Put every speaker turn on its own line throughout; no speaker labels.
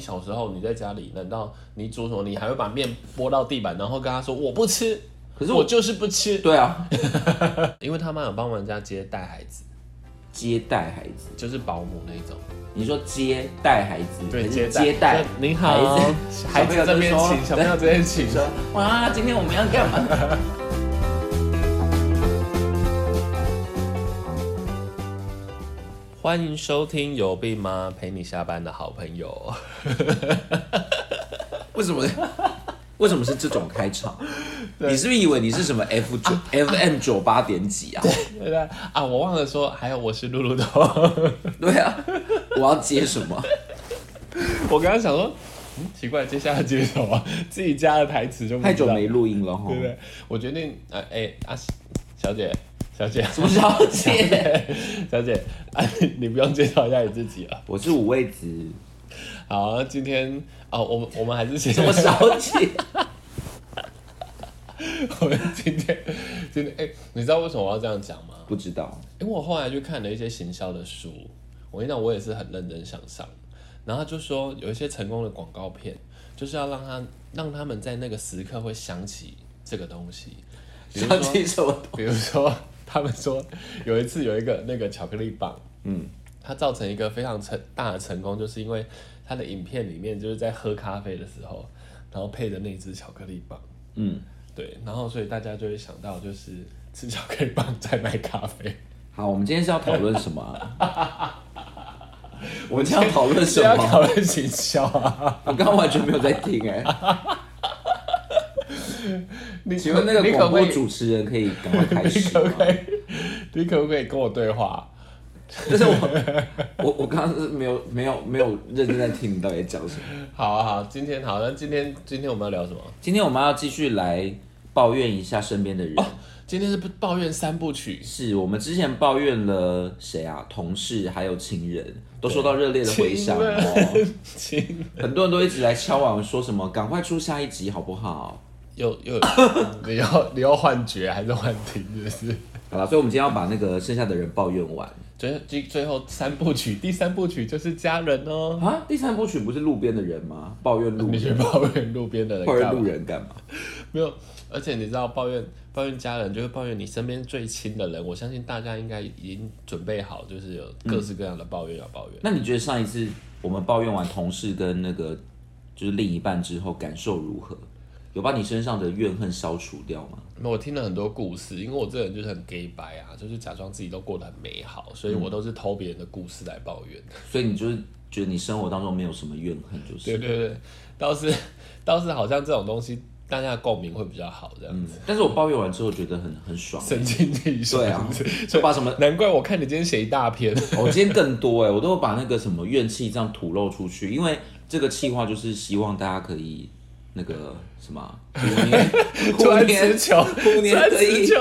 小时候你在家里，难道你煮什么，你还会把面拨到地板，然后跟他说我不吃？
可是
我
我
就是不吃，
对啊，
因为他妈有帮忙人家接带孩子，
接待孩子，
就是保姆那种。
你说接待孩子，还
对，
是
接待。
接待
就您好
孩，
孩
小朋
子
友就
这边
说
请，小朋友这边请。
说哇，今天我们要干嘛？
欢迎收听《有病吗？陪你下班的好朋友》。
为什么？为什么是这种开场？
对
你是不是以为你是什么 F 九 FM 九八点几啊？
对的啊，我忘了说，还有我是露露头。
对啊，我要接什么？
我刚刚想说，嗯，奇怪，接下来接什么？自己加的台词就不
太
知
久
道
没录音了哈
对。不对？我决定，呃，哎、啊，小姐，小姐，
什么小姐？
小姐，啊，你不用介绍一下你自己了。
我是五味 子。
好，今天哦，我们我们还是先
什么小姐？
我们今天今天哎、你知道为什么我要这样讲吗？
不知道。
因为我后来去看了一些行销的书，我跟你讲，我也是很认真想上。然后他就说有一些成功的广告片，就是要让他让他们在那个时刻会想起这个东西，比如
小
说
姐什么？
比如说他们说有一次有一个那个巧克力棒，
嗯，
它造成一个非常成大的成功，就是因为它的影片里面就是在喝咖啡的时候，然后配着那只巧克力棒，
嗯，
对，然后所以大家就会想到就是吃巧克力棒再买咖啡。
好，我们今天是要讨论什么啊、 我们今天要讨论什
是要
么？
讨论行销啊？
我刚刚完全没有在听哎、
你
请问那个
你可
广
不可
播
以
主持人可以赶快开
你
始
可
吗
不？可以？你可不可以跟我对话？
但是我我我刚刚是没有没有没有认真在听你到底在讲什么。
好啊，好，今天好，那今天今天我们要聊什么？
今天我们要继续来抱怨一下身边的
哦
人，
今天是不抱怨三部曲，
是我们之前抱怨了谁啊？同事还有情人都受到热烈的回响
情人
哦，
请
很多人都一直来敲碗说什么赶快出下一集好不好？
又 又你要你要幻觉还是幻听？就是
好了，所以我们今天要把那个剩下的人抱怨完
最最最后三部曲，第三部曲就是家人哦。
啊。第三部曲不是路边的人吗？抱怨路
你去
人，
抱怨路边的人
抱
干
怨
嘛
路？人干嘛？
没有，而且你知道抱怨抱怨家人，就是抱怨你身边最亲的人。我相信大家应该已经准备好，就是有各式各样的抱怨要抱怨。
那你觉得上一次我们抱怨完同事跟那个就是另一半之后，感受如何？有把你身上的怨恨消除掉吗？
那我听了很多故事，因为我这个人就是很 gay 白啊，就是假装自己都过得很美好，所以
嗯
我都是偷别人的故事来抱怨。
所以你就是觉得你生活当中没有什么怨恨，就是
对。对对，倒是倒是好像这种东西大家的共鸣会比较好，这样
嗯
子。
但是我抱怨完之后觉得很很爽，
神经递上，
对啊
是不是
就把什么，
难怪我看你今天写一大篇，
我、今天更多哎，我都把那个什么怨气这样吐露出去，因为这个气话就是希望大家可以那个什么啊，虎年
突
虎
然
年
持球，
虎
突
年
然
可
持
以
球，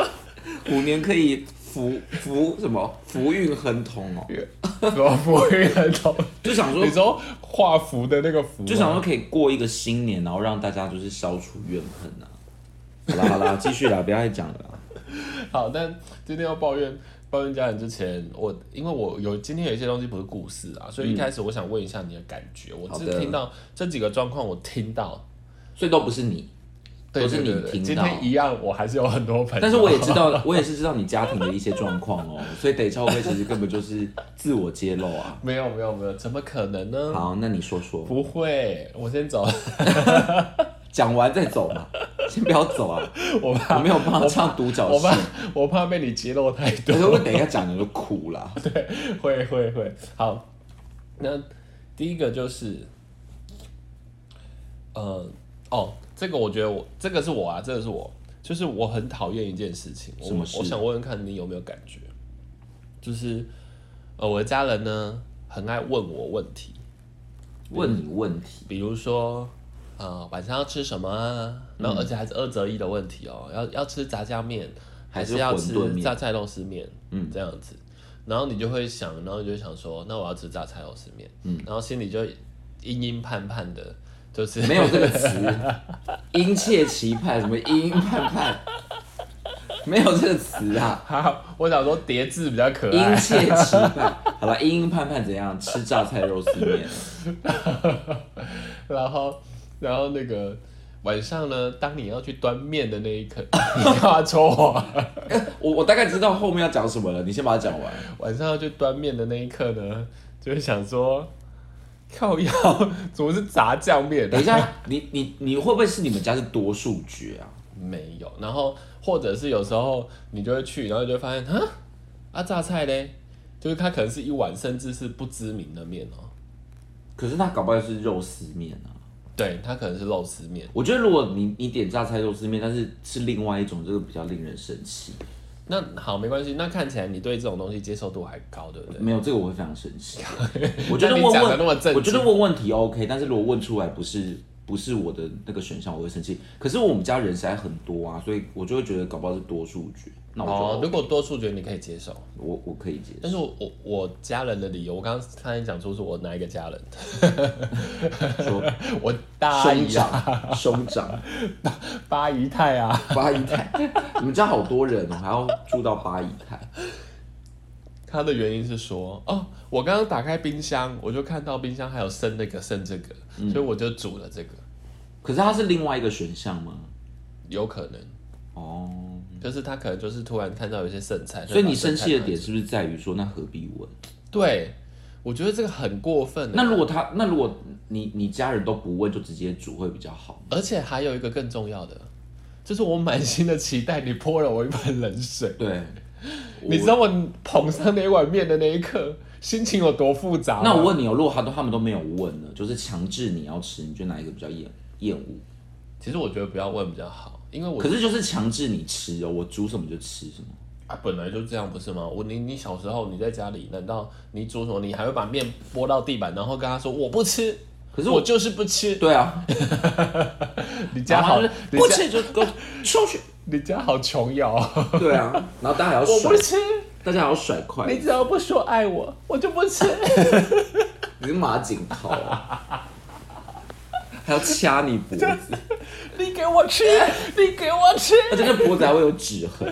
虎年可以福福什么福运亨通哦，
我不会 很懂。
就想说
你说画符的那个符吗，
就想说可以过一个新年，然后让大家就是消除怨恨啊。好啦好 啦，继续啦，不要再讲了啦。
好，但今天要抱怨抱怨家人之前，我因为我有今天有一些东西不是故事啊，所以一开始我想问一下你的感觉。我
嗯好
只
的
听到这几个状况，我听到，
所以都不是你，
对
都哦是
对
你
对对
听
今
到
天一样，我还是有很多朋友，
但是我也知道，我也是知道你家庭的一些状况哦，所以等一下会不会其实根本就是自我揭露啊？
没有没有没有，怎么可能呢？
好，那你说说，
不会，我先走，
讲完再走 嘛，先不要走啊，
我
我
怕
没有办法唱独角
我
戏
怕，我怕被你揭露太多
可。是我等一下讲你就哭啦。
会会会，好，那第一个就是，呃，哦，这个我觉得我这个是我啊，这个是我，就是我很讨厌一件事情，我
什么事
我想问问看你有没有感觉，就是呃，我的家人呢很爱问我问题，
问你问题，
比如说呃晚上要吃什么啊，然
嗯
后而且还是二择一的问题哦，要要吃炸酱面
还是
是要
馄
吃
饨面？
榨菜肉丝面，嗯，这样子，然后你就会想，然后你就会想说，那我要吃榨菜肉丝面，嗯，然后心里就阴阴盼盼的，就是
没有这个词，殷切期盼什么殷殷盼盼，没有这个词啊。
好，我想说叠字比较可
殷
爱，
切 期盼。好了，殷殷盼盼怎样吃榨菜肉丝面？
然后然后那个晚上呢，当你要去端面的那一刻， 你干嘛抽我？
我我大概知道后面要讲什么了，你先把它讲完。
晚上要去端面的那一刻呢，就是想说，靠腰 怎么是炸酱面？
等一下，你你你会不会是你们家是多数决啊？
没有。然后或者是有时候你就会去，然后你就会发现啊啊榨菜嘞，就是它可能是一碗甚至是不知名的面哦、
可是那搞不好是肉丝面啊。
对，它可能是肉丝面。
我觉得如果你你点榨菜肉丝面，但是是另外一种，这个比较令人生气。
那好，没关系。那看起来你对这种东西接受度还高，对不对？
没有这个我会非常生 气。我觉得问
那你讲得那么
问，
正经
我觉得问问题 OK，但是如果问出来不是不是我的那个选项，我会生气。可是我们家人实在很多啊，所以我就会觉得搞不好是多数决，那我就、
哦，如果多数决你可以接受，
我我可以接
但是我我我家人的理由，我刚刚差点讲出是我哪一个家人，
受。
我大
兄
姨啊，
长，兄 长，
八姨太啊，
八姨太，你们家好多人哦，还要住到八姨太。
他的原因是说，哦，我刚刚打开冰箱，我就看到冰箱还有剩那个剩这个，
嗯
所以我就煮了这个，
可是它是另外一个选项吗？
有可能
哦，
就是他可能就是突然看到有一些剩菜，
所以
就把
你生气
剩
的
菜拿
点是不是在于说，那何必问？
对，啊我觉得这个很过分。
那如果他，那如果你你家人都不问，就直接煮会比较好。
而且还有一个更重要的，就是我满心的期待你泼了我一盆冷水。
对，
你知道我捧上那一碗面的那一刻，心情有多复杂吗？
那我问你哦，如果他都他们都没有问呢，就是强制你要吃，你觉得哪一个比较厌厌恶？
其实我觉得不要问比较好，因为我
可是就是强制你吃哦，我煮什么就吃什么。
啊本来就这样不是吗？我你你小时候你在家里，难道你煮什么，你还会把面拨到地板，然后跟他说我不吃？
可是
我
我
就是不吃。
对啊，
你家
然
好
后就是，
你
不
家
吃就 给我出去。
你家好琼瑶，我
对啊，然后大家还要甩
不，吃，
大家还要甩筷
你
子，
只要不说爱我，我就不吃。
你是马景 涛啊，还要掐你脖子，
你给我吃，你给我吃。
而且那脖子还会有指痕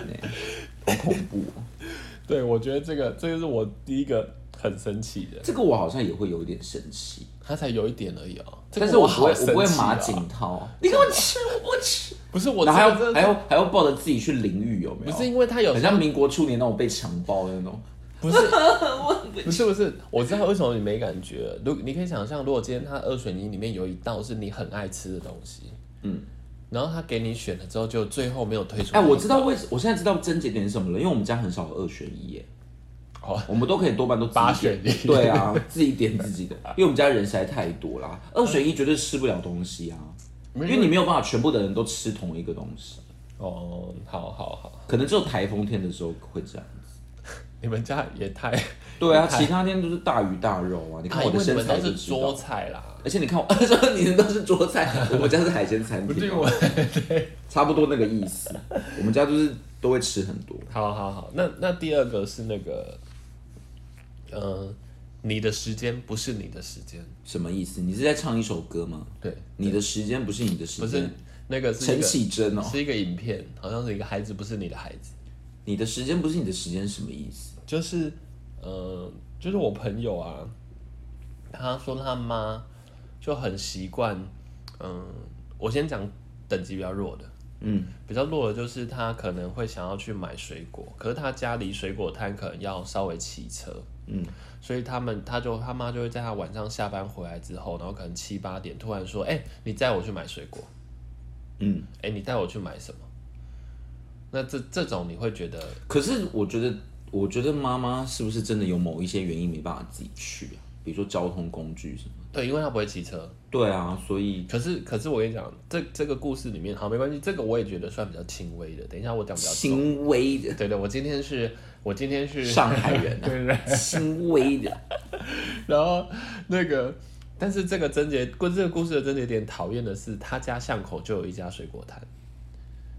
哎，好恐怖哦。
对，我觉得这个这个是我第一个很生气的，
这个我好像也会有一点生气，
他才有一点而已哦。这个
但是我不
好
会，
生
我不会
气
马
哦
景涛，啊你给我吃，我不吃。
不是我
然后还
这个
要
真
还
的
要还要抱着自己去淋浴，有没
不
有？
是因为他有
很像民国初年那种被强暴的那种。
不是不是不是，我知道为什么你没感觉。如你可以想象，如果今天他二选一里面有一道是你很爱吃的东西，
嗯，
然后他给你选了之后，就最后没有推出。
哎、我知道为什，我现在知道症结点是什么了，因为我们家很少有二选一耶。
哦
我们都可以多半都自己
八选一
点对啊，自己点自己的，因为我们家人实在太多啦，二选一绝对吃不了东西啊，因
没有
为 你没有办法全部的人都吃同一个东西，
哦，好好好，
可能只有台风天的时候会这样子。
你们家也 太
对啊，其他天都是大鱼大肉啊，你看我
因
的
为你
身
们
材
都
就是知道
桌。菜啦。
而且你看我， 说你们都是桌菜， 我们家是海鲜餐
不是
厅
因为
啊，
我，
差不多那个意思。我们家就是都会吃很多。
好好好，那那第二个是那个，嗯、你的时间不是你的时间，
什么意思？你是在唱一首歌吗？
对，
你的时间不是你的时
不是
间，
那个是一
陈
个
绮贞哦。
是一个影片，好像是一个孩子不是你的孩子。
你的时间不是你的时间，什么意思？
就是，呃，就是我朋友啊，他说他妈就很习惯，嗯、我先讲等级比较弱的，
嗯，
比较弱的就是他可能会想要去买水果，可是他家离水果摊可能要稍微骑车，
嗯，
所以他们他就他妈就会在他晚上下班回来之后，然后可能七八点突然说，哎、你载我去买水果，
嗯。
哎、你带我去买什么？那这这种你会觉得
可是我觉得，我觉得妈妈是不是真的有某一些原因没办法自己去啊？比如说交通工具什么？
对，因为他不会骑车，
对啊，所以
可是，可是我跟你讲，这这个故事里面，好，没关系，这个我也觉得算比较轻微的。等一下我讲比较重。
轻微 的
对对，我今天是，我今天是，
上海人
对对
啊，轻微的。
然后那个，但是这个症结，故这个故事的症结点，讨厌的是他家巷口就有一家水果摊，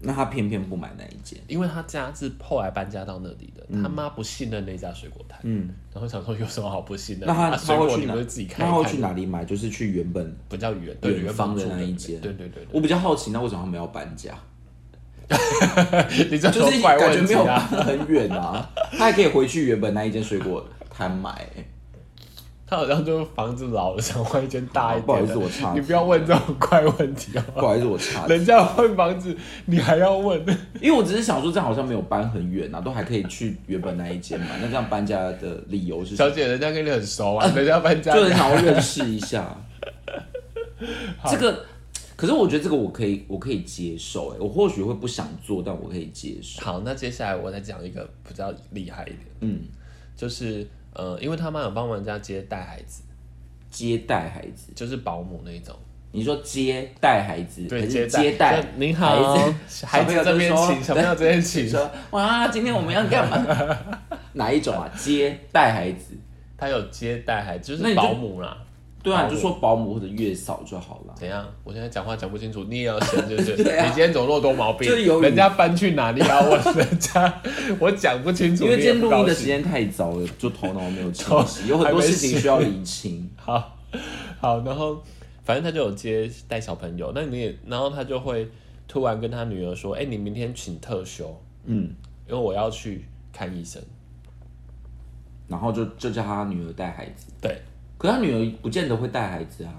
那他偏偏不买那一件。
因为他家是后来搬家到那里的，他妈不信任那家水果摊，
嗯，
然后想说有什么好不信任？
那他
啊、
他
水
会
果
去
你
哪？
不是自己
那
开
他
一
会去
开，
哪里买？就是去原本。
比较远，对，
远方的
住
那一
里
间
对对对对，
我比较好奇，那为什么他们要搬家？
你这
就是
种怪
感觉
问
没
题
有
啊
搬！很远啊，他还可以回去原本那一间水果摊买。
他好像就是房子老了，想换一间大一
不好
点
意思，
的。
我差，
你不要问这种怪问题
不
哦，
好意思，我 差，
人家换房子你还要问？
因为我只是想说，这样好像没有搬很远啊，都还可以去原本那一间嘛。那这样搬家的理由是什
小
么？
姐，人家跟你很熟 啊，人家搬家
就很想要认识一下。 这个，可是我觉得这个我可以，我可以接受、哎，我或许会不想做，但我可以接受。
好，那接下来我再讲一个比较厉害一点，
嗯，
就是呃，因为他妈有帮忙人家接带孩子，
接待孩子，
就是保姆那一种，
你说接待孩子，还
对，
是
接
接待
就您好
孩，
孩
小朋
子
友
这边
就说
请，小朋友这边
你
请。
说哇，今天我们要干嘛？ 哪一种啊？接待孩子？
他有接待孩子，就
那
是
你就
保姆啦。
对啊，
保姆
你就说保姆或者月嫂就好了。
怎样？我现在讲话讲不清楚，你也要嫌就是？
对啊
你今天走漏多毛病
就是有，
人家搬去哪里啊？我人家我讲不清楚，
因为
你
今
也
天
不
录
高
音的
兴
时间太早了，就头脑没有清 晰，有很多事情需要理清。
好好，然后反正他就有接带小朋友，那你也，然后他就会突然跟他女儿说：“哎、你明天请特休，
嗯，
因为我要去看医生。
然后就就叫他女儿带孩子，”
对，
可他女儿不见得会带孩子啊。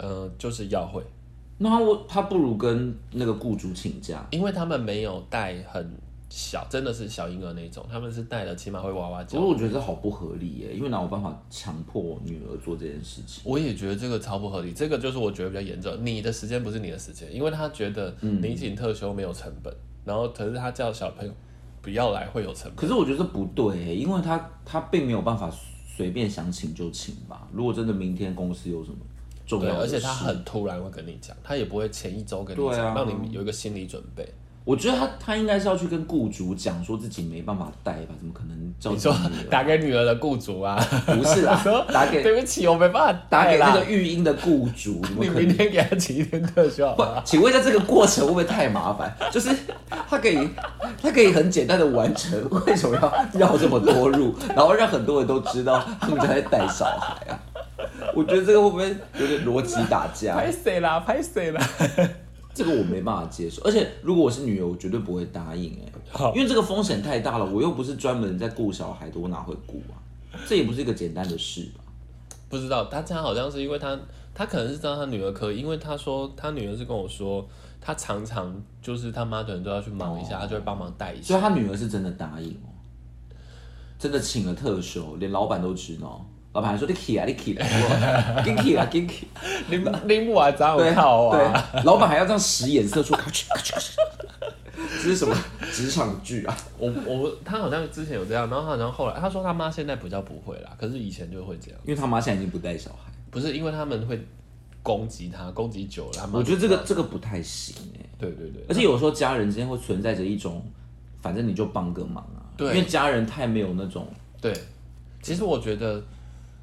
呃，就是要会，
那他我他不如跟那个雇主请假，
因为他们没有带很小，真的是小婴儿那种，他们是带了起码会哇哇
不
叫
过。我觉得这好不合理耶，因为哪有办法强迫我女儿做这件事情？
我也觉得这个超不合理，这个就是我觉得比较严重。你的时间不是你的时间，因为他觉得你请特休没有成本，然后可是他叫小朋友不要来会有成本。
可是我觉得这不对耶，因为他他并没有办法随便想请就请吧。如果真的明天公司有什么重
对，
要
而
的
且
事，
他很突然会跟你讲，他也不会前一周跟你
对
讲，
啊
让你有一个心理准备。
我觉得他他应该是要去跟雇主讲，说自己没办法带吧，怎么可能叫
你说
自己女儿
打给女儿的雇主啊，
不 是啦，打给
对不起，我没办法
打
带
给那
啦
个。育婴的雇主，怎么
你
可
明
能？
天给他请一天特休好
不
吗，
请问一下，这个过程会不会太麻烦？就是他可以，他可以很简单的完成，为什么要绕这么多路，然后让很多人都知道他们在带小孩啊？我觉得这个会不会有点逻辑打架
拍？谁啦？拍谁啦？
这个我没办法接受，而且如果我是女儿，我绝对不会答应哎、
好
因为这个风险太大了，我又不是专门在顾小孩的，我哪会顾啊？这也不是一个简单的事吧？
不知道，他家好像是因为他，他可能是知道他女儿可以，因为他说他女儿是跟我说，他常常就是他妈可能都要去忙
哦
一下，他就会帮忙带一
所以
下。
他女儿是真的答应哦，真的请了特休，连老板都知道。老板还说你起来，你起来，我你起来， 你起来。
林林木啊，找我
对，
靠啊！
对，老板还要这样使眼色说，咔哧咔哧咔哧。这是什么职场剧啊？
我我他好像之前有这样，然后他好像后来他说他妈现在比较不会啦，可是以前就会这样。
因为他妈现在已经不带小孩，
不是因为他们会攻击他，攻击久了，他们
我觉得这个这个不太行哎、
对对对，
而且有时候家人之间会存在着一种，反正你就帮个忙啊。
对
因为家人太没有那种，
对。其实我觉得，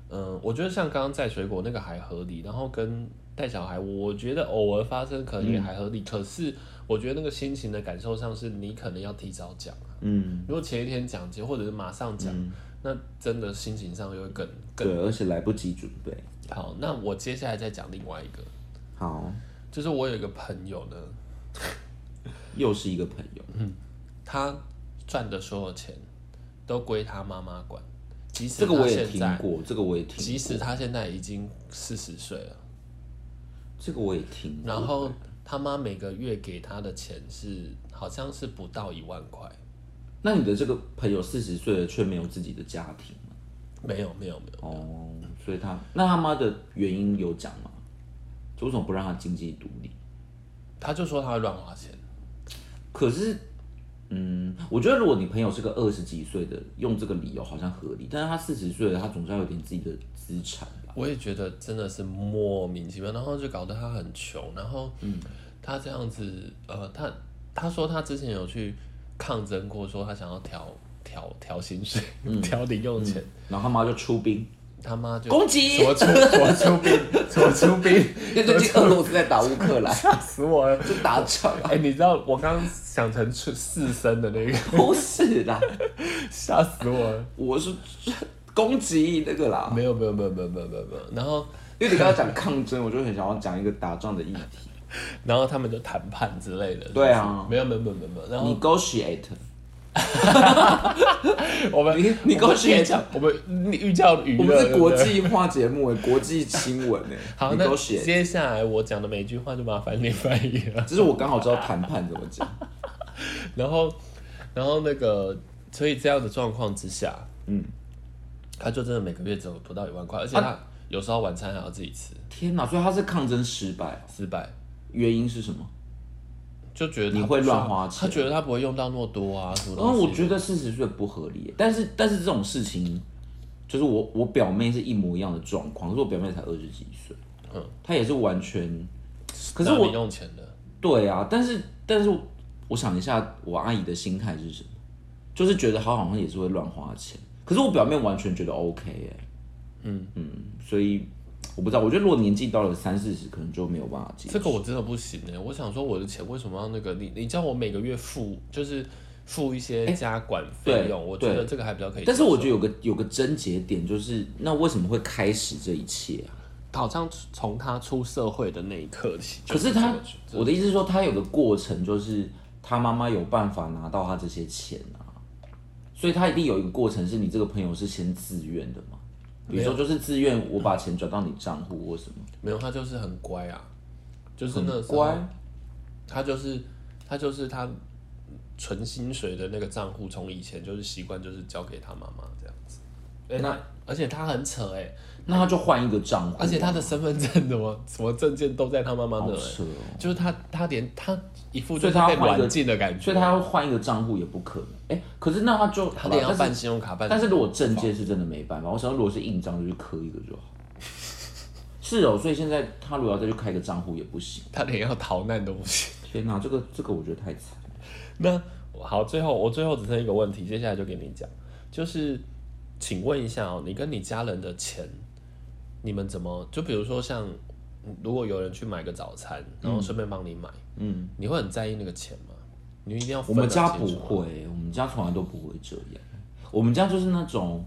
嗯、我觉得像刚刚摘水果那个还合理，然后跟带小孩，我觉得偶尔发生可能
嗯
也还合理，可是我觉得那个心情的感受上是你可能要提早讲，
嗯，
如果前一天讲，或者是马上讲，那真的心情上就会更更
对，而且来不及准备。
好。那我接下来再讲另外一个，
好，
就是我有一个朋友呢，
又是一个朋友，
他赚的所有钱都归他妈妈管，即使
这个我
他
也
现
听
在
过，这个我也听过
即使他现在已经四十岁了，
这个我也听过，
然后他妈每个月给他的钱是好像是不到一万块，
那你的这个朋友四十岁了却没有自己的家庭吗
没有没有没有，
哦，所以他那他妈的原因有讲吗？就为什么不让他经济独立？
他就说他会乱花钱，
可是，嗯，我觉得如果你朋友是个二十几岁的，用这个理由好像合理，但是他四十岁了，他总是要有点自己的资产吧？
我也觉得真的是莫名其妙，然后就搞得他很穷，然后他这样子，呃，他他说他之前有去抗争过，说他想要调调调薪水，调零用钱，
然后他妈就出兵
他妈就
攻击，
左出左出兵，左出兵，
因为 最近俄罗斯在打乌克 兰，
吓死我了。
就打仗啊，
哎、你知道我刚刚想成出四声的那个，
不是啦，
吓死我了！
我是攻击那个啦，
没有没有没有没有没有没有没有，然后
因为你刚刚讲抗争，我就很想要讲一个打仗的议题。
然后他们就谈判之类的，
对啊
就是没有没有没有没有没有，然后
negotiate
我们
你你跟我
也
学讲，
我们寓教于乐，
我们是
对不
国
对
际化节目哎，国际新闻哎，
好，
你
那
都写，
接下来我讲的每一句话就麻烦你翻译了。
只是我刚好知道谈判怎么讲。
然后，然后那个，所以这样的状况之下，
嗯，啊
他就真的每个月只有不到一万块，而且他有时候晚餐还要自己吃，
天哪，所以他是抗争失败，啊
失败
原因是什么？
就觉得他
你
不
会
需要
乱花
他
钱
觉得他不会用到那么多啊，什么
然后
东西。
嗯我觉得四十岁不合理耶，欸但是但是这种事情，就是我我表妹是一模一样的状况，可是我表妹才二十几岁，嗯，她也是完全，可是
哪里
我
用钱的，
对啊，但是但是我我想一下，我阿姨的心态是什么？就是觉得她好像也是会乱花钱，可是我表妹完全觉得 OK 耶，嗯嗯，所以我不知道，我觉得如果年纪到了三四十，可能就没有办法接
这
受。
个我真的不行呢、我想说我的钱为什么要那个？你你叫我每个月付，就是付一些家管费用，
对
我觉得
对
这个还比较可以接受。
但是我觉得有个有个症结点，就是那为什么会开始这一切啊？
好像从他出社会的那一刻起，
可是
就
他
这个觉，
我的意思是说，他有个过程，就是他妈妈有办法拿到他这些钱啊，所以他一定有一个过程，是你这个朋友是先自愿的嘛？比如说，就是自愿我把钱转到你账户或什么，
没有，他就是很乖啊，就是啊那时候
乖，
他就是他就是他存薪水的那个账户，从以前就是习惯就是交给他妈妈这样子。哎、
那
那而且他很扯哎、
那他就换一个账户啊，
而且他的身份证怎么什么证件都在他妈妈
好
那、欸，
扯哦，
就是他他连他一副就
所
是
以他
被
换一个
软禁的感觉，
所以他要换一个账户也不可能。哎、可是那他就
他
好
连要
了，但
办
是
信用卡办，
但是如果证件是真的没办法，我想如果是印章就去刻一个 就好。是哦，所以现在他如果要再去开一个账户也不行。
他连要逃难都不行。
天哪，这个这个我觉得太惨。
那好，最后我最后只剩一个问题，接下来就给你讲，就是请问一下哦，你跟你家人的钱，你们怎么就比如说像嗯如果有人去买个早餐，然后顺便帮你买，
嗯，
你会很在意那个钱吗？你一定要
我
分得
们家
清
不
楚啊吗，
会，我们家从来都不会这样。我们家就是那种，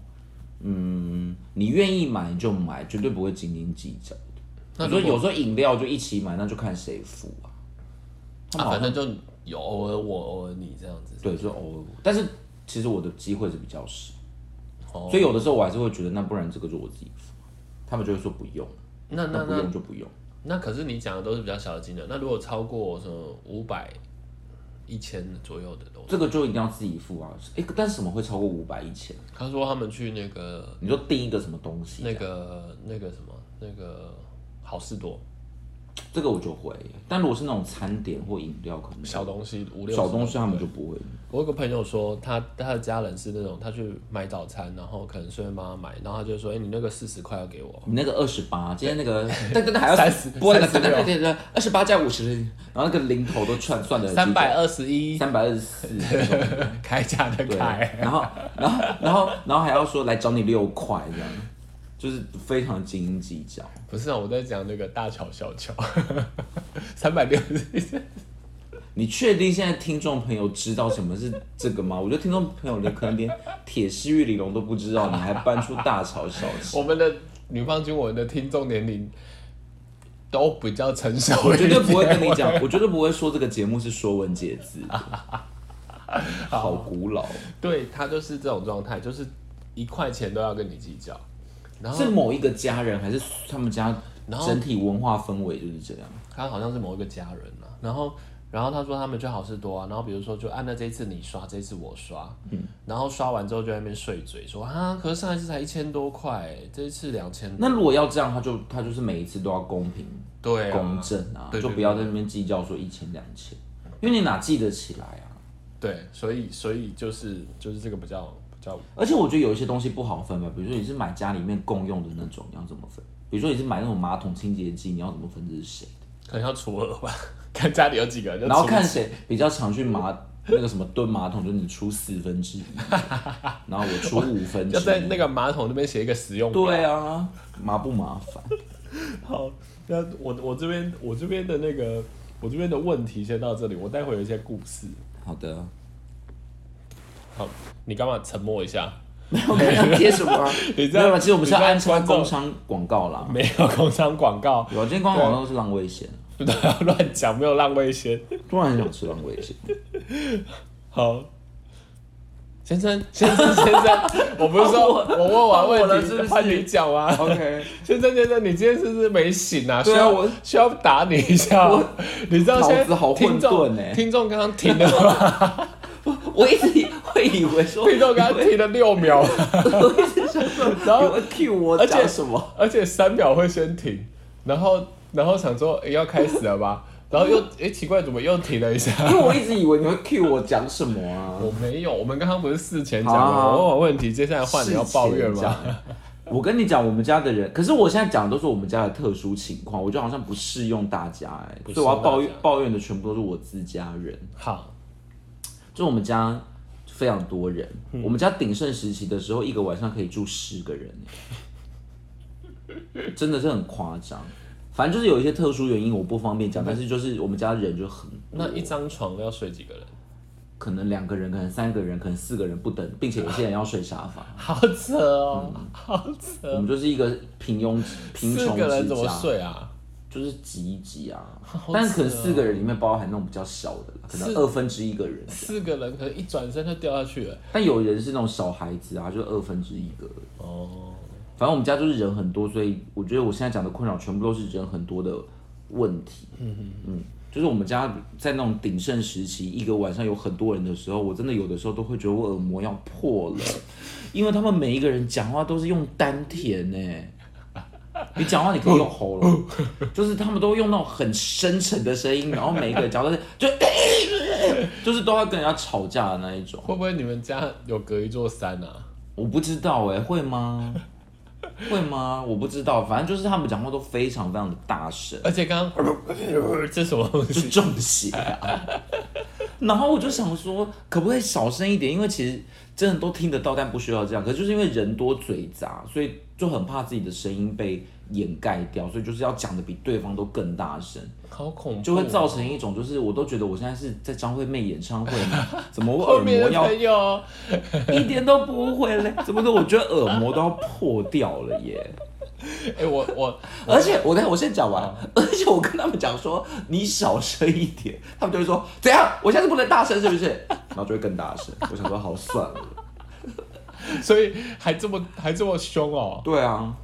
嗯，你愿意买就买，绝对不会斤斤计较的。
那
你
如
说
果
有时候饮料就一起买，那就看谁付啊。他们
啊，
好
反
像
正就有偶尔我偶尔你这样子，
对，就偶尔，但是其实我的机会是比较少，
哦
所以有的时候我还是会觉得，那不然这个就我自己付。他们就会说不用，
那那
那不
那
用就不用。
那可是你讲的都是比较小的金额，那如果超过什么五百、一千左右的都，
这个就一定要自己付啊！哎，但是什么会超过五百一千？
他说他们去那个
你说定一个什么东西？
那个那个什么那个好事多
这个我就会，但如果是那种餐点或饮料，可能
小东西五六
小东西他们
就。
就不会。
我有个朋友说，他他的家人是那种，他去买早餐，然后可能顺便帮他买，然后他就说：“哎、你那个四十块要给我。
你那个二十八，今天那 个，但但还要
30
播那个，
36
对对对对，二十八加五十，然后那个零头都串算”的
三百二十一，
三百二十四，
开价的
对，
开，
然后然后然后然后还要说来找你六块这样，就是非常斤斤计较。
不是啊，我在讲那个大乔小乔， 三百六十，
你确定现在听众朋友知道什么是这个吗？我觉得听众朋友连可能连铁丝玉玲珑都不知道，你还搬出大吵小 吵。
我们的女方军，我们的听众年龄都比较成熟
我
一
绝
点，
对不会跟你讲，我绝对不会说这个节目是《说文解字》，好古 老。哦
对他就是这种状态，就是一块钱都要跟你计较，然后
是某一个家人，还是他们家
然后
整体文化氛围就是这样？
他好像是某一个家人啊，然后然后他说他们就好事多啊，然后比如说就按那这一次你刷，这一次我刷，
嗯
然后刷完之后就在那边碎嘴说啊，可是上一次才一千多块、这一次两千，
那如果要这样，他就他就是每一次都要公平、
对
公
啊，
正啊，
对对
就不要在那边计较说一千两千，因为你哪记得起来啊？
对，所以所以就是就是这个比较比较
而且我觉得有一些东西不好分吧，比如说你是买家里面共用的那种，你要怎么分？比如说你是买那种马桶清洁剂，你要怎么分这是谁？
可能要除二吧， 看家里有几个人就除，
然后看谁比较常去马那个什么蹲马桶，就是你出四分 之一，然后我出五分之
要在
一。
那个马桶那边写一个实用表
对啊，麻不麻烦？
好，那我我这边我这边的那个我这边的问题先到这里，我待会有一些故事。
好的，
好，你干嘛沉默一下？
没有看要贴什么啊、
你这
没
样
有啦，其实我们是要安
你这
插
样观众
工商广告啦。
没有工商广告，
有啊，今天工商广告是浪味仙，
不要乱讲，没有浪味仙。
突然很想吃浪味仙。
好，先生，先生，先生，我不是说我问完
我了
问
是不
题
是
换你讲吗？
OK，
先生，先生，你今天是不是没醒啊？需
对啊
要
我
需要打你一下
我。
你知道现
脑子好
在听众
混沌欸
听众刚刚停了 吗？
我一直以会以 为说，
听众刚刚停了六秒，
我一直想说，
然后
你会 cue 我
而且
讲什么？
而且三秒会先停，然后然后想说、诶要开始了 吧，然后又诶奇怪怎么又停了一下？
因为我一直以为你会 cue 我讲什么啊。
我没有，我们刚刚不是事前讲
好
了，
好好
我问完问题，接下来 换你要抱怨
事前讲
吗？？
我跟你讲，我们家的人，可是我现在讲的都是我们家的特殊情况，我觉得好像不适用大家哎、
不适用大家
所以我要抱怨抱怨的全部都是我自家人，
好，
就我们家非常多人，
嗯
我们家鼎盛时期的时候，一个晚上可以住十个人、哎真的是很夸张。反正就是有一些特殊原因，我不方便
嗯
讲，但是就是我们家人就很
那一张床要睡几个 人？
可能两个人，可能三个人，可能四个人不等，并且有些人要睡沙发。
好扯哦，好
我
扯，
们就是一个平庸贫
四
穷
个人
之
怎么
家，
睡啊？
就是挤一挤啊。
好
但是可能
扯哦
四个人里面包含那种比较小的啦，可能
是
二分之一个人。
四个人可能一转身就掉下去了。
但有人是那种小孩子啊，就是二分之一个。
哦，
反正我们家就是人很多，所以我觉得我现在讲的困扰全部都是人很多的问题。嗯就是我们家在那种鼎盛时期，一个晚上有很多人的时候，我真的有的时候都会觉得我耳膜要破了，因为他们每一个人讲话都是用丹田呢、你讲话你可以用喉咙，就是他们都用那种很深沉的声音，然后每一个人讲话都是就 就是都要跟人家吵架的那一种。
会不会你们家有隔一座山啊？
我不知道哎、会吗？会吗？我不知道，反正就是他们讲话都非常非常的 大声，
而且刚刚这什么东
就
西？
中邪啊。然后我就想说，可不可以少声一点？因为其实真的都听得到，但不需要这样。可是就是因为人多嘴杂，所以就很怕自己的声音被掩盖掉，所以就是要讲的比对方都更大声，
好恐怖、
就会造成一种就是我都觉得我现在是在张惠妹演唱会 吗？怎么我
后
耳
面
膜
的
要
朋友。
一点都不会嘞？怎么的？我觉得耳膜都要破掉了耶！
哎、我我
而且我跟我先讲完，而且我跟他们讲说你小声一点，他们就会说怎样？我现在是不能大声是不是？然后就会更大声。我想说好算了，
所以还这么还这么凶哦。
对啊，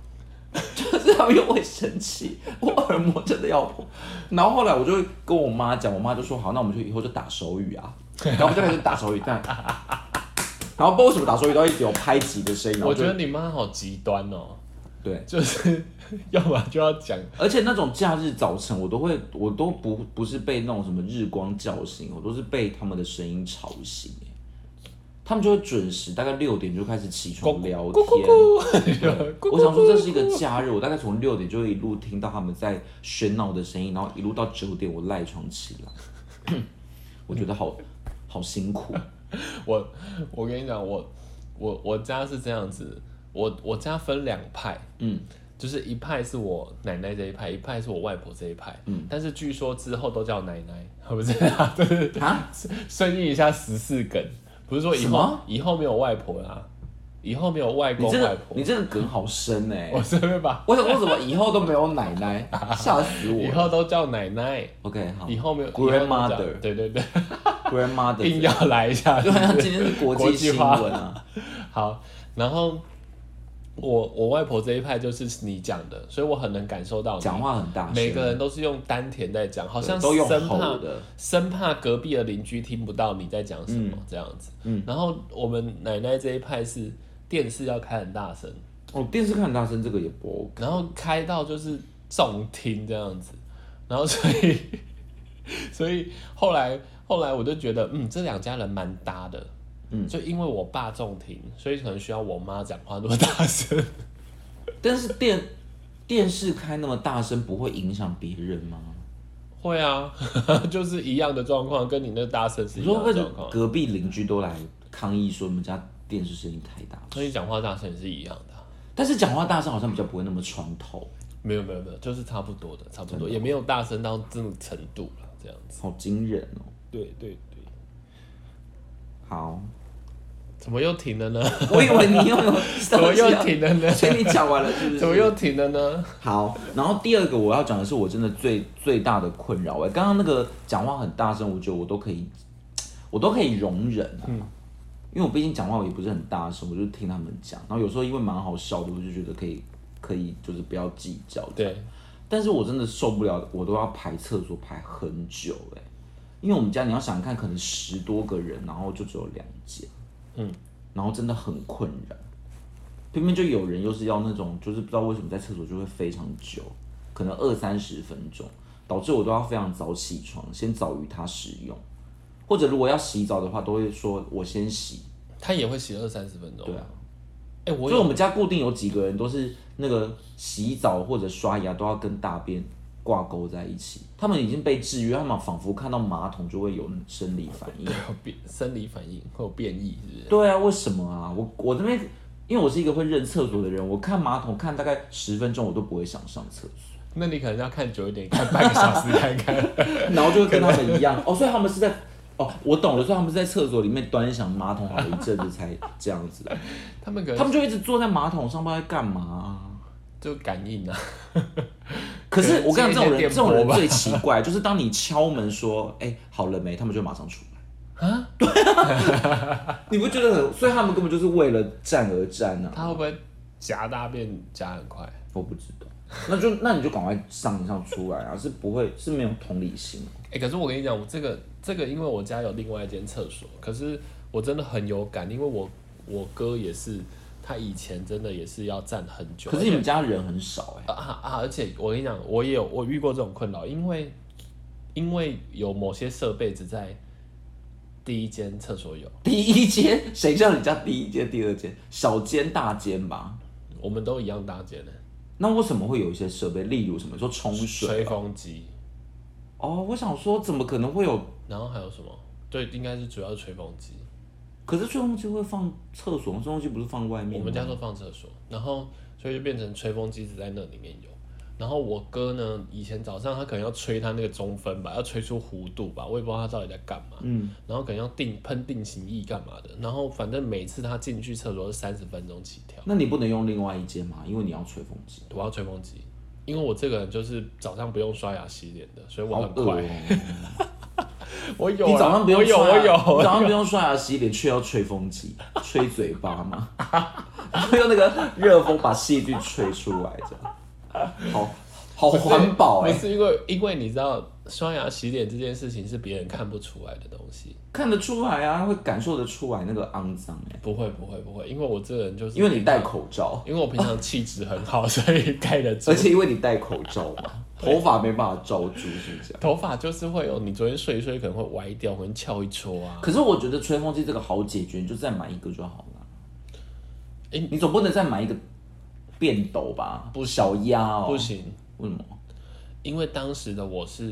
就是他们又会生气，我耳膜真的要破。然后后来我就跟我妈讲，我妈就说好，那我们就以后就打手语 啊，然后我们就开始打手语，但 然后不知道为什么打手语都一直有拍击的声音，然后
我
就
觉得你妈好极端哦，
对。
就是 要么就要讲
而且那种假日早晨，我都会，我都不不是被那种什么日光叫醒，我都是被他们的声音吵醒。欸他们就会准时，大概六点就开始起床聊天。
咕咕咕咕，
我想说这是一个假日，我大概从六点就会一路听到他们在喧闹的声音，然后一路到九点我赖床起来， 我觉得好好辛苦。
我我跟你讲，我我我家是这样子，我我家分两派，
嗯，
就是一派是我奶奶这一派，一派是我外婆这一派，嗯，但是据说之后都叫奶奶， 不是啊，就是
啊，
顺应一下十四梗，不是说以
什
后
么
以后没有外婆啦，以后没有外
你
公
这
外
个
婆
你，这个梗好深哎、
我这边把
我想说怎么以后都没有奶奶，吓死我
以
了。
后都叫奶奶，
OK 好
以后没有以后都叫
Grandmother
对对对，
，grandma 的
硬要来一下，
对啊，今天是国际新闻啊。
好，然后我我外婆这一派就是你讲的，所以我很能感受到你
讲话很大声，
每个人都是用丹田在讲，好像
都用
生
吼
怕
的，
生怕隔壁的邻居听不到你在讲什么、这样子。
嗯
然后我们奶奶这一派是电视要开很大声，
哦，电视看很大声，这个也不 OK。
然后开到就是重听这样子，然后所以 所以后来后来我就觉得，嗯，这两家人蛮搭的。
嗯
就因为我爸重听，所以可能需要我妈讲话那么大声。
但是电电视开那么大声，不会影响别人吗？
会啊， 就是一样的状况，跟你那大声是
你
一
说
样
会
的
不
状况
会，隔壁邻居都来抗议说我们家电视声音太大？
所以讲话大声也是一样的啊、
但是讲话大声好像比较不会那么穿透，
没有没有没有，就是差不多的，差不多，
哦
也没有大声到这种程度了，这样子。
好惊人哦。
对对对，
好，
怎么又停了 呢？
我以为你又有
怎么又
东西
停了呢
要，？所以你讲完了是不是？
怎么又停了呢？
好，然后第二个我要讲的是我真的最最大的困扰哎、刚刚那个讲话很大声，我觉得我都可以，我都可以容忍啊。因为我毕竟讲话我也不是很大声，我就听他们讲，然后有时候因为蛮好笑的，我就觉得可以可以就是不要计较。
对，
但是我真的受不了，我都要排厕所排很久哎、因为我们家你要想看，可能十多个人，然后就只有两间，
嗯，
然后真的很困扰。偏偏就有人又是要那种，就是不知道为什么在厕所就会非常久，可能二三十分钟，导致我都要非常早起床，先早于他使用，或者如果要洗澡的话，都会说我先洗。
他也会洗二三十分钟。
对啊，
哎、我
所以我
有
们家固定有几个人都是那个洗澡或者刷牙都要跟大便挂钩在一起，他们已经被制约，他们仿佛看到马桶就会有生理反应。
有变生理反应会有变异，是不是？
对啊，为什么啊？我我这边因为我是一个会认厕所的人，我看马桶看大概十分钟我都不会想上厕 所，
那你可能要看久一点，看半个小时看 看。
然后就会跟他们一样。哦，所以他们是在。哦，我懂了，所以他们是在厕所里面端详马桶好一阵子才这样 子，
他们可
他
能
们就一直坐在马桶上，不知道在干嘛啊、
就感应啊，
可是我跟你讲，这种
可能接一些
人，这
电波
种人
吧
最奇怪， 就是当你敲门说“哎、好了没”，他们就马上出来。 啊
啊，
你不觉得很？所以他们根本就是为了战而战啊！
他会不会夹大便夹很快？
我不知道，那就那你就赶快上一上出来啊！是不会是没有同理心。
哎、可是我跟你讲，我这个这个，因为我家有另外一间厕所，可是我真的很有感，因为我我哥也是，他以前真的也是要站很久。
可是你们家人很少
啊
哎、
啊啊！而且我跟你讲，我也有我遇过这种困扰，因为因为有某些设备只在第一间厕所有，
第一间谁叫你家第一间、第二间？小间、大间吧？
我们都一样搭间的
那为什么会有一些设备？例如什么？你说冲水
吹风机，
哦？我想说，怎么可能会有？
然后还有什么？对，应该是主要是吹风机。
可是吹风机会放厕所，吹风机不是放外面吗？
我们家都放厕所，然后所以就变成吹风机只在那里面有。然后我哥呢，以前早上他可能要吹他那个中分吧，要吹出弧度吧，我也不知道他到底在干嘛。
嗯，
然后可能要定喷定型液干嘛的，然后反正每次他进去厕所是三十分钟起跳。
那你不能用另外一间吗？因为你要吹风机。
我要吹风机，因为我这个人就是早上不用刷牙洗脸的，所以
好
我很
饿
快。
哦！
我有啊，
你早上不用
我有，
刷
我
牙，你
有。
早上不用刷牙洗脸，却要吹风机吹嘴巴吗？ 然后用那个热风把细菌吹出来，这样好好环保哎、
不是因为，因为你知道刷牙洗脸这件事情是别人看不出来的东西。
看得出来啊，会感受得出来那个肮脏哎、
不会，不会，不会，因为我这个人就是
因为你戴口罩，
因为我平常气质很好，所以盖得住
而。且因为你戴口罩嘛，头发没办法罩住，是不是？
头发就是会有，你昨天睡一睡可能会歪掉，可能翘一撮啊。
可是我觉得吹风机这个好解决，你就再买一个就好了。
诶
你总不能再买一个便斗吧？
不行
小鸭哦，
不行，
为什么？
因为当时的我是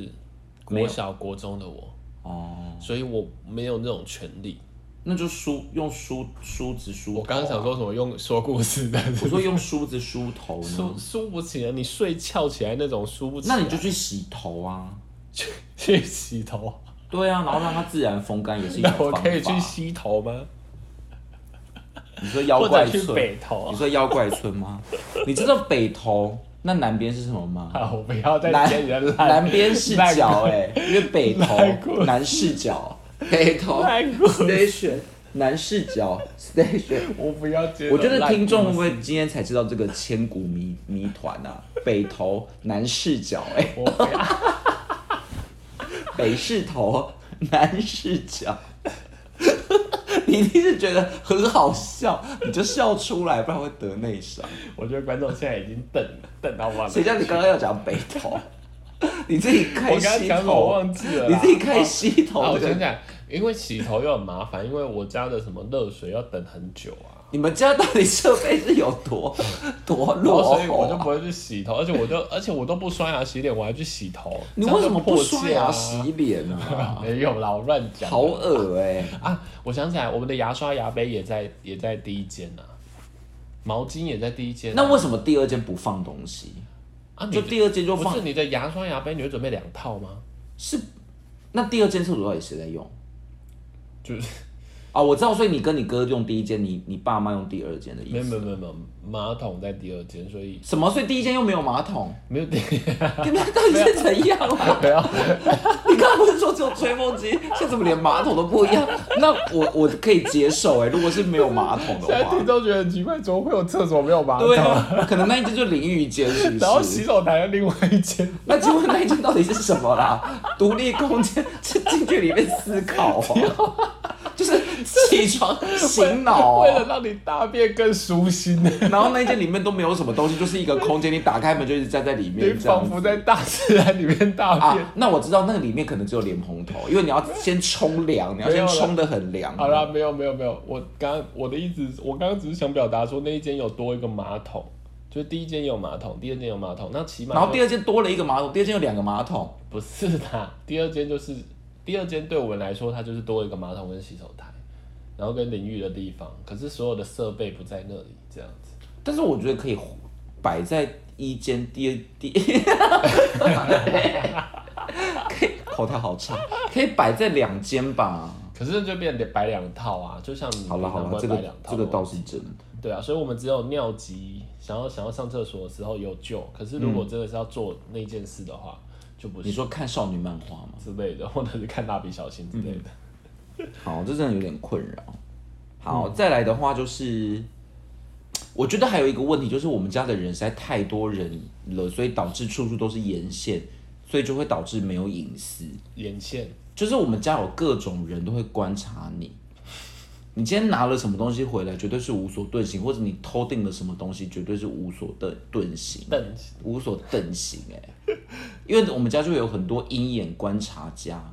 国
没有
小国中的我，
哦，
所以我没有那种权利。
那就梳用梳梳子梳头啊、
我刚刚想说什么用说故事的，
我说用梳子梳头呢，
梳梳不起来，你睡翘起来那种梳不起来，
嗯那你就去洗头啊。
去去洗头。
对啊，然后让它自然风干也是一种
那我
方法。
可以去洗头吗？
你说妖
或
怪
者去
村，
北啊头
你？说妖怪村吗？你知道北头那南边是什么吗？
啊，我不要再接你的
南
烂
南边视角哎、因为北
烂故
头南视角，北头
烂故事
station 南视角 station。
我不要接。
我觉得听众会不会今天才知道这个千古谜谜团啊？北头南视角哎、
我不要
北视头南视角。你一定是觉得很好笑，你就笑出来，不然会得内伤。
我觉得观众现在已经瞪瞪到忘了。
谁叫你刚刚要讲北头？你自己开
我刚刚
西
讲什么我
头，
忘记了啦。
你自己开西
啊，
头
我
这
想
个。
想，因为洗头又很麻烦，因为我家的什么热水要等很久啊。
你们家到底设备是有多 多
然后
落
哦所以
后
我就
啊、
不会去洗头，而且我就而且我都不刷牙洗脸，我还去洗头。
你
这样
为
就
什么不
破
刷
戒啊
牙洗脸呢、啊？
没有啦，我乱讲的。
好恶哎、
啊！我想起来，我们的牙刷、牙杯也在也在第一间呐、毛巾也在第一间啊、
那为什么第二间不放东西？
啊，你
就
的
第二间就
不
放
是你的牙刷、牙杯，你会准备两套吗？
是？那第二间厕所到底谁在用？
就是
啊，我知道，所以你跟你哥用第一间，你你爸妈用第二间的意
没有
思。
没有没有没有，马桶在第二间，所以
什么？所以第一间又没 有马桶？
没有第。
你们到底是怎样啊？
不要
你刚刚不是说只有吹吹风机，现在怎么连马桶都不一样？那我我可以接受哎、如果是没有马桶
现
的
在
话
听，众觉得很奇怪，怎么会有厕所没有马桶？
对啊，可能那一间就淋浴间是不
然后洗
是？
手台的另外一间，
那请问那一间到底是什么 啦？独立空间，这进去里面思考哦、 就是起床醒脑、
为了
哦，
让你大便更舒心，
然后那一间里面都没有什么东西，就是一个空间，你打开门就一直站在里
你
面，这样
仿
子
佛在大自然里面大便。
啊，那我知道那个里面可能只有莲蓬头，因为你要先冲凉，你要
没有
先
了
冲的很凉。
好啦，没有没有没有，我刚我的意思是，我刚刚只是想表达说那一间有多一个马桶，就是第一间有马桶，第二间有马桶，那起码
然后第
二
二间多了一个马桶，第二间有两个马桶，
不
不
是
是啦，第二间就是第二间对我们来说，它就是多一个马桶跟洗手台，然后跟淋浴的地方，可是所有的设备不在那里，这样子。
但是我觉得可以摆在一 间第二第，可以口条好差，可以摆在两间吧。
可是就变得摆两套啊，就像你
好了好
平常
了，
会
这
摆
个
两套
这个
哦
嘛
倒是真的。
对啊，所以我们只有尿急，想要想要上厕所的时候有救。可是如果
嗯
真的是要做那件事的话，就不
你
是
说看少女漫画吗？
之类的， 或者是看蜡笔小新之类的。
嗯好，这真的有点困扰。
嗯
好，再来的话就是，我觉得还有一个问题，就是我们家的人实在太多人了，所以导致处处都是沿线，所以就会导致没有隐私。
眼线
就是我们家有各种人都会观察你，你今天拿了什么东西回来，绝对是无所遁形，或者你偷订了什么东西，绝对是无所遁遁形。
瞪
无所遁形哎、因为我们家就有很多鹰眼观察家，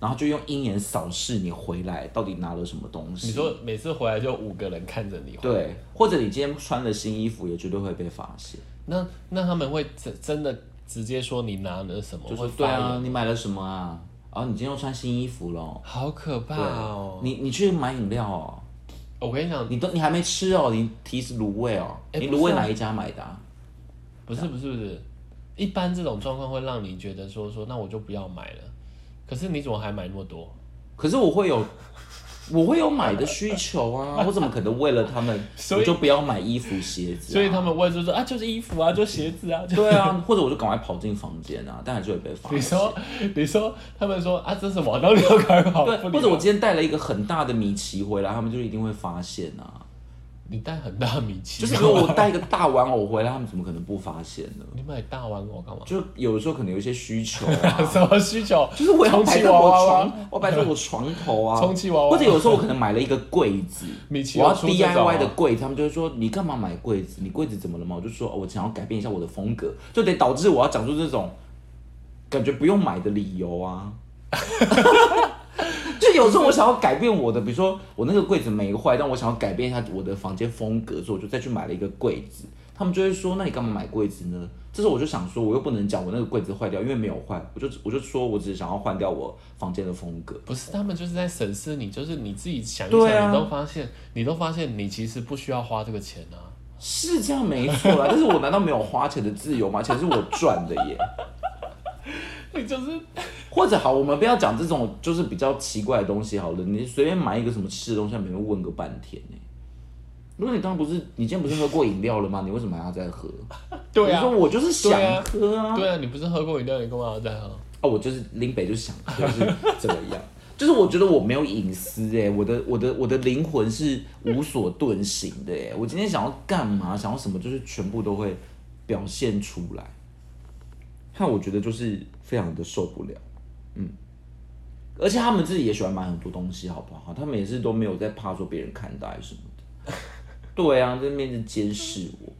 然后就用鹰眼扫视你回来到底拿了什么东西。
你说每次回来就五个人看着你，
对，或者你今天穿了新衣服，也绝对会被发现。
那那他们会真真的直接说你拿了什么，
就
会
是对
发言
啊，你买了什么啊？啊，你今天又穿新衣服了。
好可怕哦！
你你去买饮料哦，
我跟你讲，
你都你还没吃哦，你提是卤味哦，
哎
你
不
卤味
是啊
哪一家买的、啊？
不是不是不是，一般这种状况会让你觉得说说那我就不要买了。可是你怎么还买那么多？
可是我会有， 我会有买的需求 啊，我怎么可能为了他们，
所以
我就不要买衣服鞋子、啊？
所以他们问就说啊，就是衣服啊，就鞋子啊，就
对啊，或者我就赶快跑进房间啊，但还是会被发
你
现。
说，你说，他们说啊，这是什么？然后你又赶快跑，
对，
不理
或者我今天带了一个很大的米奇回来，他们就一定会发现啊。
你带很大的米奇，
就是如果我带一个大玩偶回来，他们怎么可能不发现呢？
你买大玩偶干嘛？
就有的时候可能有一些需求啊，
什么需求？
就是我要
充
摆
气
在
娃
我
娃
床
吗？，
我摆在我床头啊，
充气娃娃
或者有时候我可能买了一个柜子，
米奇
我
有
要
出这种
DIY
啊
的柜子，他们就会说你干嘛买柜子？你柜子怎么了嘛？我就说、哦我想要改变一下我的风格，就得导致我要讲出这种感觉不用买的理由啊。 就有时候我想要改变我的，比如说我那个柜子没坏，但我想要改变一下我的房间风格，所以我就再去买了一个柜子。他们就会说：“那你干嘛买柜子呢？”这时候我就想说，我又不能讲我那个柜子坏掉，因为没有坏，我就我就说我只是想要换掉我房间的风格。
不是，他们就是在审视你，就是你自己想一
对啊
想，你都发现，你都发现你其实不需要花这个钱啊。
是这样没错 啦，但是我难道没有花钱的自由吗？钱是我赚的耶。
你就是
或者好，我们不要讲这种就是比较奇怪的东西好了，你随便买一个什么吃的东西，没人问个半天呢。如果你刚刚不是你今天不是喝过饮料了吗？你为什么还要再喝？
对啊
我就说我就是想
对啊
喝啊。
对啊，你不是喝过饮料，你干嘛要啊再喝？
哦，我就是林北就是想喝，就是怎么样？ 就是我觉得我没有隐私哎、我的我的我的灵魂是无所遁形的哎、我今天想要干嘛，想要什么，就是全部都会表现出来。看，我觉得就是非常的受不了，嗯。而且他们自己也喜欢买很多东西，好不好？他们也是都没有在怕说别人看到还是什么的。 对啊，在面前监视我，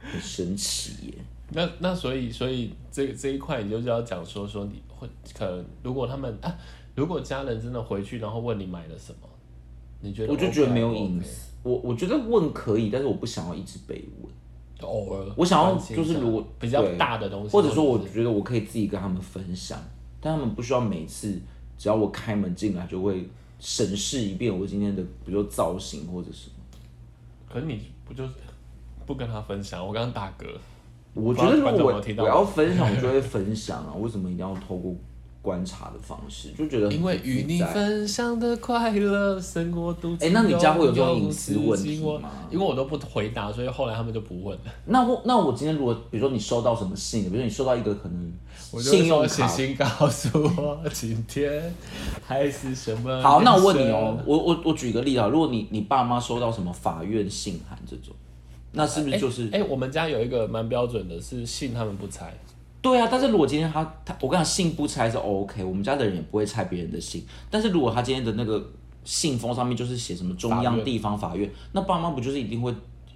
很神奇耶、
那那所以所以这这一块你就是要讲说说你会可能如果他们啊，如果家人真的回去然后问你买了什么，你觉得
我就觉得没有
OK 还
隐
不 OK？
私。我我觉得问可以，但是我不想要一直被问，
就偶尔
我想要
关心一
就是
下
如果
比较
对
大的东西，
或者说我
是
觉得我可以自己跟他们分享，但他们不需要每次只要我开门进来就会审视一遍我今天的，比如说造型或者什么。
可是你不就是不跟他分享？我刚刚打嗝，
我觉得如
观众
果
有听
我
到
我要分享，我就会分享啊，为什么一定要透过观察的方式，就觉得很
因为与你
嗯自在
分享的快乐胜过独自。
哎那你家会有这种隐私问题吗
因为我都不回答，所以后来他们就不问了。
那我那我今天如果比如说你收到什么信，比如说你收到一个可能
我就会
信用
说写
卡，
信 告诉我今天还是什么。
好，那我问你哦，，我我我举个例啊，如果你你爸妈收到什么法院信函这种，那是不是就是、
哎、我们家有一个蛮标准的，是信他们不拆。
对啊？但是如果今天他他我跟你讲信不拆是 OK，我们家的人也不会拆别人的信，但是如果他今天的那个信封上面就是写什么中
法
央
院
地方法院，那爸妈不就是一定会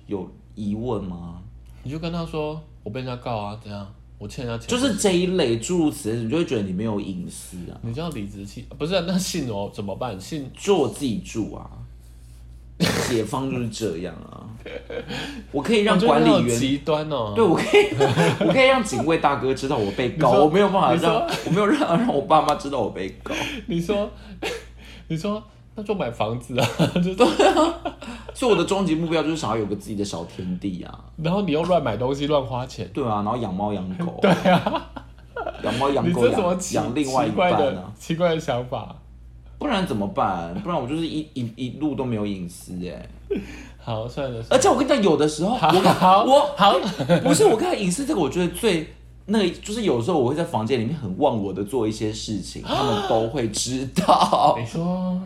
有疑问吗？
你就跟他说，我被人家告啊，怎样？我欠人家钱，
就是这一类诸如此类，你就会觉得你没有隐私啊，
你叫理直气，不是、啊、那信我怎么办？信
就我自己住啊。解放就是这样 啊，我可以让
我觉得
管
你好
理员
极端哦、
对，我可 以，我可以让警卫大哥知道我被告，我没有办法
你说
让，我没有让让我爸妈知道我被告，
你说， 你说， 那就买房子啊，就是
所以我的终极目标就是想要有个自己的小天地啊，
然后你又乱买东西、乱花钱，
对啊，然后养猫养狗，对啊， 养猫养
你
狗
这什么
养
奇
养另外一
奇怪
半
的
啊，
奇怪的想法？
不然怎么办？不然我就是一一一路都没有隐私哎、
好，算了，
而
算了
且我跟你讲，有的时候
好
我
好
我
好，
不是我看隐私这个，我觉得最那个就是有时候我会在房间里面很忘我的做一些事情，他们都会知道。
你说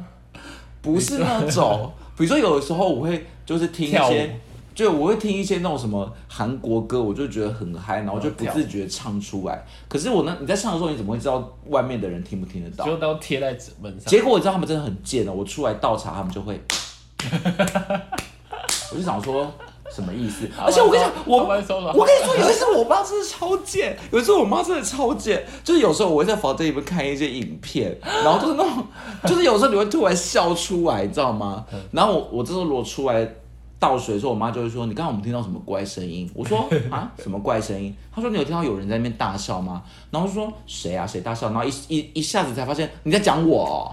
不是那种，比如说有的时候我会就是听一
跳舞
些，就我会听一些那种什么韩国歌，我就觉得很嗨，然后就
哦
不自觉唱出来。可是我呢，你在唱的时候，你怎么会知道外面的人听不听得到？
就都贴在纸门上，
结果我知道他们真的很贱的，哦我出来倒茶，他们就会，我就想说什么意思？而且我跟你讲，我
他们说什么
我跟你说，有一次我妈真的超贱，有一次我妈真的超贱，就是有时候我会在房间里面看一些影片，然后就是那种，就是有时候你会突然笑出来，你知道吗？然后我我这时候如果出来倒水的时候，我妈就会说：“你刚刚我们听到什么怪声音？”我说：“啊，什么怪声音？”她说：“你有听到有人在那边大笑吗？”然后我就说：“谁啊？谁大笑？”然后一一一下子才发现你在讲我、哦，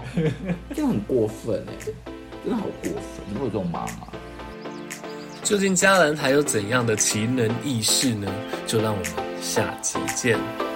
真的很过分哎、真的好过分，怎么会有这种妈妈？
究竟家人还有怎样的奇能异事呢？就让我们下集见。